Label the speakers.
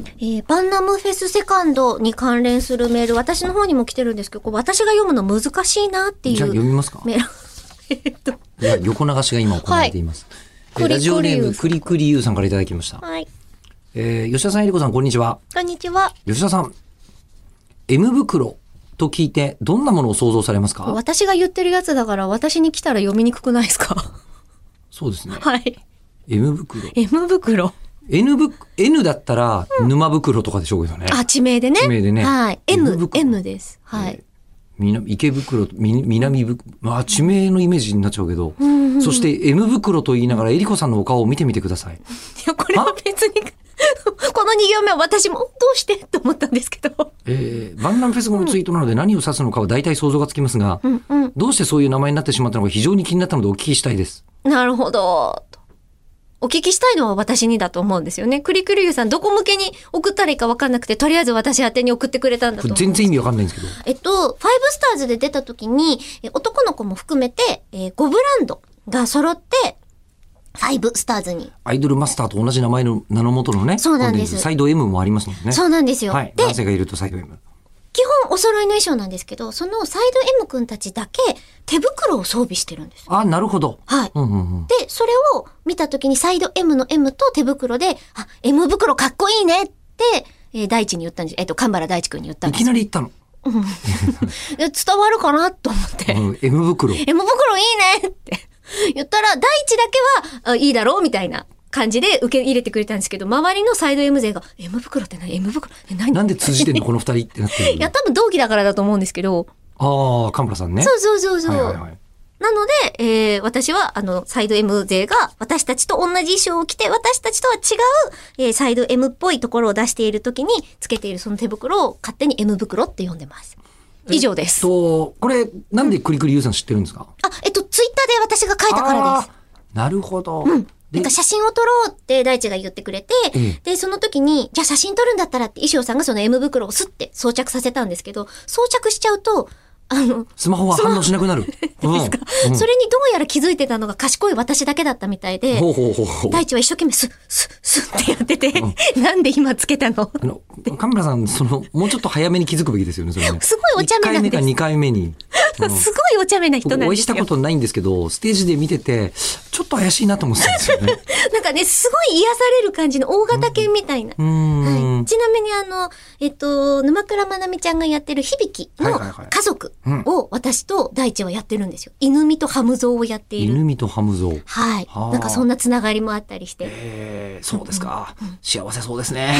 Speaker 1: えーバンナムフェスセカンドに関連するメール、私の方にも来てるんですけど、こう私が読むの難しいなってい
Speaker 2: じゃあ
Speaker 1: う
Speaker 2: 読みますか
Speaker 1: メール。 えっと、
Speaker 2: いや横流しが今行われています。
Speaker 1: はい
Speaker 2: えーラジオネーム
Speaker 1: く
Speaker 2: くりくりゆうさんからいただきました。
Speaker 1: はい。
Speaker 2: えー吉田さん、えりこさん、こんにちは。
Speaker 1: こんにちは。
Speaker 2: 吉田さん、M 袋と聞いて、どんなものを想像されますか
Speaker 1: 私が言ってるやつだから、私に来たら読みにくくないですか
Speaker 2: そうですね。
Speaker 1: はい。
Speaker 2: M 袋。
Speaker 1: M 袋。
Speaker 2: N, ぶ N だったら、沼袋とかでしょうけどね。
Speaker 1: あ、地名でね。
Speaker 2: 地名でね
Speaker 1: はい。
Speaker 2: M
Speaker 1: M 、
Speaker 2: 袋
Speaker 1: M です。はい。
Speaker 2: みな池袋と、み南ぶ、まあ、地名のイメージになっちゃうけど、そして M 袋と言いながら、えりこさんのお顔を見てみてください。
Speaker 1: いや、これは別に、 この2行目は私も、どうして と思ったんですけど。
Speaker 2: えー、バンランフェス後のツイートなので何を指すのかは大体想像がつきますが、
Speaker 1: うんうん。
Speaker 2: どうしてそういう名前になってしまったのか非常に気になったのでお聞きしたいです。
Speaker 1: なるほど。お聞きしたいのは私にだと思うんですよね。クリクリユさん、どこ向けに送ったらいいか分かんなくて、とりあえず私宛てに送ってくれたんだと
Speaker 2: これ
Speaker 1: 思う
Speaker 2: 全然意味わかんないんですけど。
Speaker 1: えっと、ファイブスターズで出た時に、え男の子も含めて、えー、5ブランドが揃って、ファイブスターズに。
Speaker 2: アイドルマスターと同じ名前の名の元のね、
Speaker 1: そうなんです
Speaker 2: コンテンツサイド M もありますもんね。
Speaker 1: そうなんですよ。
Speaker 2: はい。
Speaker 1: で、
Speaker 2: 男性がいるとサイド M。
Speaker 1: 基本お揃いの衣装なんですけど、そのサイド M 君たちだけ手袋を装備してるんです。
Speaker 2: あ、なるほど。
Speaker 1: はい。
Speaker 2: うんうんうん。
Speaker 1: で、それを見た時にサイド M の M と手袋で、あ、M 袋かっこいいねって、えー大地に言ったんです。えっ、と、神原大地君に言ったん
Speaker 2: い
Speaker 1: で
Speaker 2: き
Speaker 1: す。
Speaker 2: なり言ったの。
Speaker 1: いや伝わるかなと思って。
Speaker 2: うん M 袋。
Speaker 1: M 袋いいねって言ったら、大地だけはあいいだろうみたいな感じで受け入れてくれたんですけど、周りのサイド M 勢が、M 袋って何 ?M 袋え何
Speaker 2: なんで通じてんのこの二人ってなってる
Speaker 1: い
Speaker 2: の
Speaker 1: や、多分同期だからだと思うんですけど、
Speaker 2: ああ、カンプラさんね。
Speaker 1: そうそうそうそう。
Speaker 2: はいはいはい。
Speaker 1: なので、えー私は、あの、サイド M 勢が、私たちと同じ衣装を着て、私たちとは違う、えーサイド M っぽいところを出している時に、つけているその手袋を勝手に M 袋って呼んでます。以上です。あ、
Speaker 2: と、これ、なんでクリクリユウさん知ってるんですか
Speaker 1: えっと、ツイッターで私が書いたからです。
Speaker 2: あーなるほど。
Speaker 1: な
Speaker 2: で
Speaker 1: んか写真を撮ろうって大地が言ってくれて、
Speaker 2: ええ
Speaker 1: で、その時に、じゃあ写真撮るんだったらって衣装さんがその M 袋をスッて装着させたんですけど、装着しちゃうと、あの、
Speaker 2: スマホは反応しなく なる。うんうん
Speaker 1: それにどうやら気づいてたのが賢い私だけだったみたいで、
Speaker 2: ほうほうほうほう。
Speaker 1: 大地は一生懸命スッ、スッ、スッってやってて、なんで今つけたの
Speaker 2: あの、カンブラさ ん、その、もうちょっと早めに気づくべきですよね、それね。
Speaker 1: すごいお茶目なんで
Speaker 2: 1回目か
Speaker 1: す
Speaker 2: 2回目 に。うん
Speaker 1: すごいお茶目な人
Speaker 2: 僕
Speaker 1: なん
Speaker 2: お
Speaker 1: で
Speaker 2: 会いし
Speaker 1: す
Speaker 2: たこ
Speaker 1: よ。
Speaker 2: とないんですけど、ステージで見てて、ちょっと怪しいなと思ってたんです よね。
Speaker 1: なんかね、すごい癒される感じの大型犬みたいな
Speaker 2: う。ー
Speaker 1: はい、
Speaker 2: ん。
Speaker 1: ちなみにあの、えっと、沼倉まなみちゃんがやってる響き
Speaker 2: は
Speaker 1: の
Speaker 2: いはいはい
Speaker 1: 家族を私と大地はやってるんですよ。犬見とハムゾウをやっている。
Speaker 2: 犬見とハムゾウ。
Speaker 1: はい。
Speaker 2: はあ
Speaker 1: なんかそんなつながりもあったりして。
Speaker 2: えーそうですか。幸せそうですね。